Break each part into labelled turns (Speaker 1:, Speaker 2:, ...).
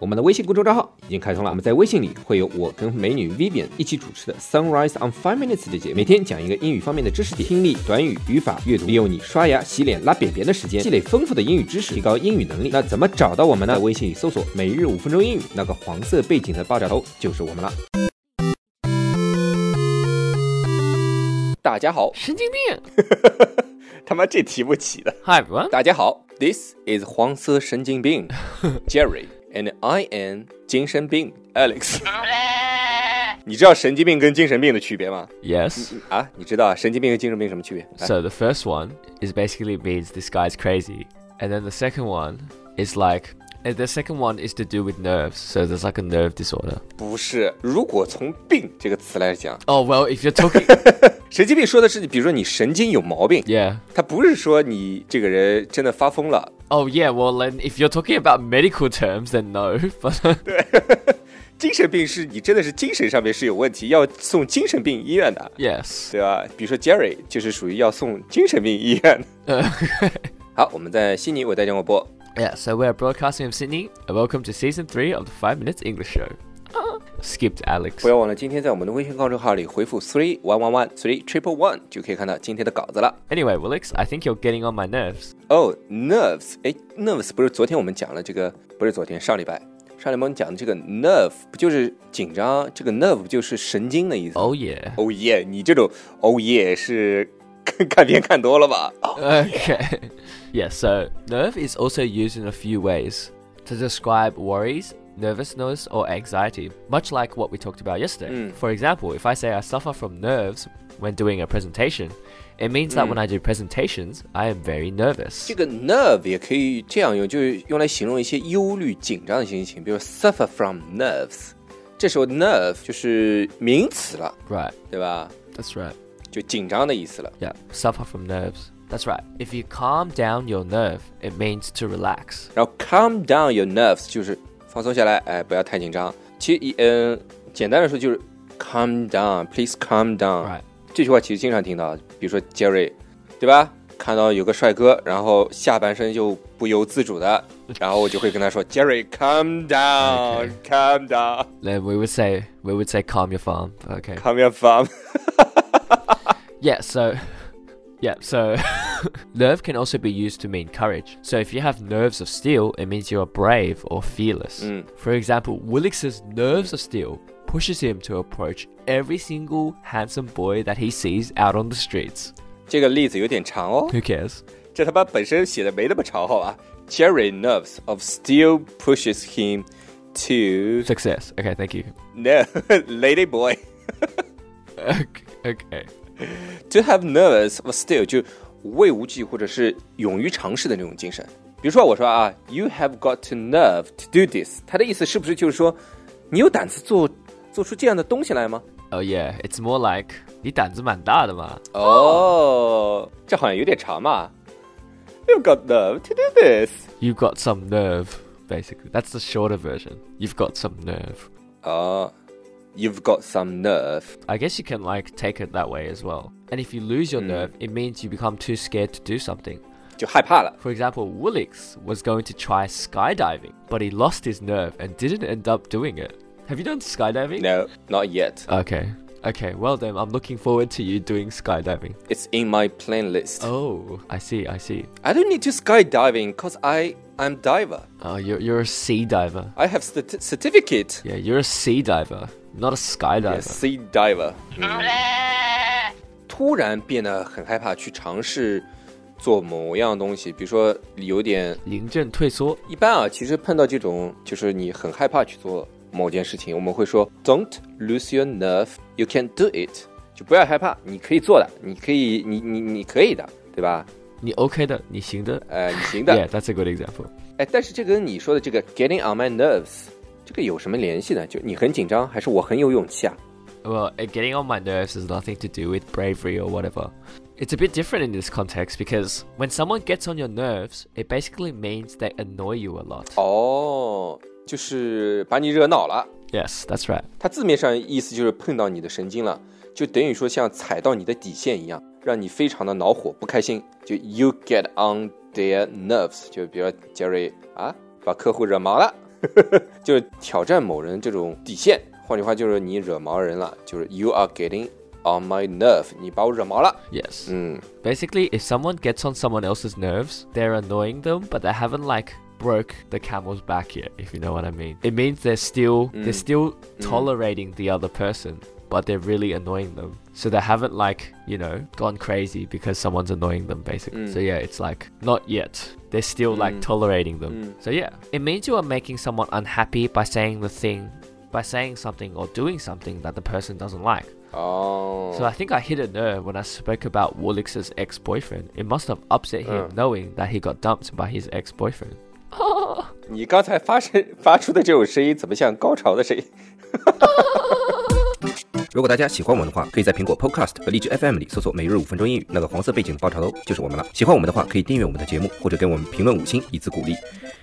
Speaker 1: 我们的微信公众账号已经开通了，我们在微信里会有我跟美女 Vivian 一起主持的 Sunrise on Five Minutes 的节目，每天讲一个英语方面的知识点，听力、短语、语法、阅读，利用你刷牙、洗脸、拉便便的时间，积累丰富的英语知识，提高英语能力。那怎么找到我们呢？在微信里搜索“每日五分钟英语”，那个黄色背景的爆炸头就是我们了。大家好，
Speaker 2: 神经病。
Speaker 1: 他妈这题目起的。
Speaker 2: Hi everyone.
Speaker 1: 大家好，This is 黄色神经病 Jerry and I am 精神病 Alex。你知道神经病跟精神病的区别吗？
Speaker 2: Yes.
Speaker 1: 啊，你知道啊，神经病跟精神病什么区别？哎来
Speaker 2: So the first one is basically means this guy's crazy, and then the second one is like, and the second one is to do with nerves. So there's like a nerve disorder.
Speaker 1: 不是，如果从“病”这个词来讲，
Speaker 2: Oh well, if you're talking,
Speaker 1: 神经病说的是，比如说你神经有毛病，
Speaker 2: yeah.
Speaker 1: 他不是说你这个人真的发疯了。
Speaker 2: Oh yeah. Well then, if you're talking about medical terms, then no. But
Speaker 1: 精神病是你真的是精神上面是有问题，要送精神病医院的，
Speaker 2: yes.
Speaker 1: 对吧？比如说 Jerry 就是属于要送精神病医院的。 好，我们在悉尼为大家广播。
Speaker 2: Yeah. So we're broadcasting from Sydney. And welcome to season three of the Five Minutes English Show. Skipped Alex.
Speaker 1: 不要忘了，今天在我们的微信公众号里回复 three one one one three triple one 就可以看到今天的稿子了。
Speaker 2: Anyway, Willix, I think you're getting on my nerves.
Speaker 1: 哦、n e r v e s 哎，nerves 不是昨天我们讲了这个，不是昨天，上礼拜，上礼拜我们讲的这个 nerve 不就是紧张？这个 nerve 不就是神经的意思
Speaker 2: Oh yeah.
Speaker 1: Oh yeah，你这种 Oh yeah 是看片看多了吧？
Speaker 2: Okay. yeah, so nerve is also used in a few ways to describe worries, nervousness, or anxiety, much like what we talked about yesterday. For example, if I say I suffer from nerves when doing a presentation, it means that when I do presentations, I am very nervous.
Speaker 1: 这个 nerve 也可以这样用，就是用来形容一些忧虑、紧张的心情，比如 suffer from nerves。这时候 nerve 就是名词了，
Speaker 2: Right.
Speaker 1: 对吧？
Speaker 2: That's right.
Speaker 1: 就紧张的意思了。
Speaker 2: Yeah, suffer from nerves. That's right. If you calm down your nerve, it means to relax.
Speaker 1: 然后 calm down your nerves 就是放松下来，哎，不要太紧张。其实，嗯、简单的说就是 calm down，please calm down。
Speaker 2: Right.
Speaker 1: 这句话其实经常听到，比如说 Jerry，对吧？看到有个帅哥，然后下半身就不由自主的，然后我就会跟他说 Jerry，calm down，calm down，come
Speaker 2: Then we would say we would say calm your farm. Okay.
Speaker 1: here from。
Speaker 2: Yeah, so. Yeah, so. nerve can also be used to mean courage. So if you have nerves of steel, it means you are brave or fearless. For example, Willix's nerves of steel pushes him to approach every single handsome boy that he sees out on the streets.
Speaker 1: 这个例子有点长哦，
Speaker 2: Who cares?
Speaker 1: 这他妈本身写的没那么长，好吧？Jerry nerves of steel pushes him to
Speaker 2: Success. Okay, thank you.
Speaker 1: no lady boy。
Speaker 2: Okay. okay.
Speaker 1: to have nervous of steel 就畏无忌或者是勇于尝试的那种精神。比如说我说啊，You have got to nerve to do this，它的意思是不是就是说你有胆子做做出这样的东西来吗？
Speaker 2: Oh, yeah, it's more like. 你胆子蛮大的嘛。
Speaker 1: 哦、这好像有点长嘛。You've got nerve to do this。
Speaker 2: You've got some nerve, basically. That's the shorter version. You've got some nerve.
Speaker 1: 哦、y o u v e got some nerve。
Speaker 2: I guess you can like take it that way as well. And if you lose your nerve, it means you become too scared to do something.
Speaker 1: 就害怕了。
Speaker 2: For example, Woolix was going to try skydiving, but he lost his nerve and didn't end up doing it. Have you done skydiving?
Speaker 1: No, not yet.
Speaker 2: Okay. Okay, well then, I'm looking forward to you doing skydiving.
Speaker 1: It's in my plan list.
Speaker 2: Oh, I see, I see.
Speaker 1: I don't need to skydiving because I I'm diver.
Speaker 2: Oh, you're, you're a sea diver.
Speaker 1: I have certi- certificate.
Speaker 2: Yeah, you're a sea diver, not a skydiver.
Speaker 1: Sea diver，、突然变得很害怕，去尝试做某样东西，比如说有点
Speaker 2: 临阵退缩。
Speaker 1: 一般啊。其实碰到这种，就是你很害怕去做某件事情，我们会说 "Don't lose your nerve, you can do it"，就不要害怕，你可以做的，你可以，你你你可以的，对吧？
Speaker 2: 你 OK 的，你行的。
Speaker 1: 呃，你行
Speaker 2: Yeah,
Speaker 1: 的。
Speaker 2: that's a good example.
Speaker 1: 哎，但是这跟你说的这个 "getting on my nerves" 这个有什么联系呢？就你很紧张，还是我很有勇气啊？
Speaker 2: Well, uh, getting on my nerves has nothing to do with bravery or whatever. It's a bit different in this context because Oh. when someone gets on your nerves, it basically means they annoy you a lot.
Speaker 1: 哦，就是把你惹恼了。
Speaker 2: Yes, that's right.
Speaker 1: 它字面上意思就是碰到你的神经了，就等于说像踩到你的底线一样，让你非常的恼火、不开心。就 you get on their nerves，就比如说 Jerry 啊，把客户惹毛了， 就是挑战某人这种底线。换句话就是你惹毛人了，就是 you are getting on my nerve，你把我惹毛了。
Speaker 2: Yes.
Speaker 1: 嗯，
Speaker 2: Basically, if someone gets on someone else's nerves, they're annoying them, but they haven't like broke the camel's back yet, if you know what I mean. It means they're still they're still tolerating the other person, but they're really annoying them. So they haven't like, you know, gone crazy because someone's annoying them basically. So yeah, it's like not yet. They're still like tolerating them. So yeah, it means you are making someone unhappy by saying the thing by saying something or doing something that the person doesn't like.
Speaker 1: 哦，
Speaker 2: So I think I hit a nerve when I spoke about Woolix's ex-boyfriend. It must have upset him
Speaker 1: Uh.
Speaker 2: knowing that he got dumped by his ex-boyfriend.
Speaker 1: 你刚才发声发出的这种声音，怎么像高潮的声音？
Speaker 3: 如果大家喜欢我们的话，可以在苹果 Podcast 和荔枝 FM 里搜索“每日五分钟英语”，那个黄色背景的爆炸头就是我们了。喜欢我们的话，可以订阅我们的节目，或者给我们评论五星以资鼓励。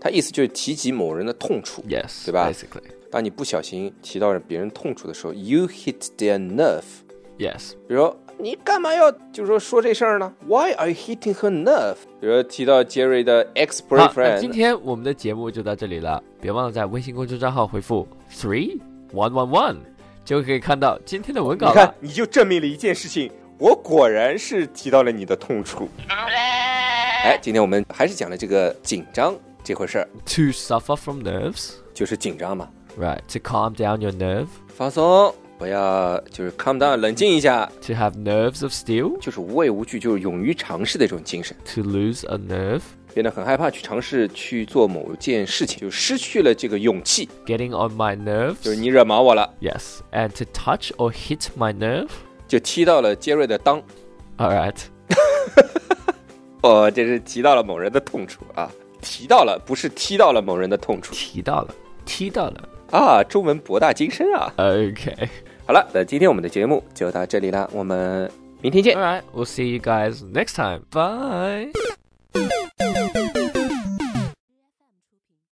Speaker 1: 它意思就是提及某人的痛处
Speaker 2: Yes,
Speaker 1: 对吧
Speaker 2: basically.
Speaker 1: 当你不小心提到别人痛处的时候，you hit their nerve。
Speaker 2: Yes.
Speaker 1: 比如说，你干嘛要就是说说这事儿呢？Why are you hitting her nerve？比如说提到 Jerry 的 ex
Speaker 2: 好，那今
Speaker 1: boyfriend，
Speaker 2: 天我们的节目就到这里了，别忘了在微信公众账号回复 three one one one 就可以看到今天的文
Speaker 1: 你
Speaker 2: 稿
Speaker 1: 看
Speaker 2: 了。
Speaker 1: 你就证明了一件事情，我果然是提到了你的痛处。哎，今天我们还是讲了这个紧张这回事儿，
Speaker 2: To suffer from nerves,
Speaker 1: 就是紧张嘛，
Speaker 2: right? To calm down your nerve,
Speaker 1: 放松，不要就是 calm down，冷静一下，
Speaker 2: to have nerves of steel,
Speaker 1: 就是无畏无惧，就是勇于尝试的这种精神，
Speaker 2: to lose a nerve,
Speaker 1: 变得很害怕去尝试去做某件事情，就失去了这个勇气。
Speaker 2: getting on my
Speaker 1: 就是
Speaker 2: nerves.
Speaker 1: 你惹毛我了，
Speaker 2: Yes, and to touch or hit my nerve.
Speaker 1: 就踢到了杰瑞的裆，
Speaker 2: All right.
Speaker 1: 哦，这是提到了某人的痛处啊，提到了不是踢到了某人的痛处
Speaker 2: 提到了，踢到了。
Speaker 1: 啊，中文博大精深啊。
Speaker 2: Okay.
Speaker 1: 好了，那今天我们的节目就到这里了，我们明天见。
Speaker 2: All right. We'll see you guys next time. Bye.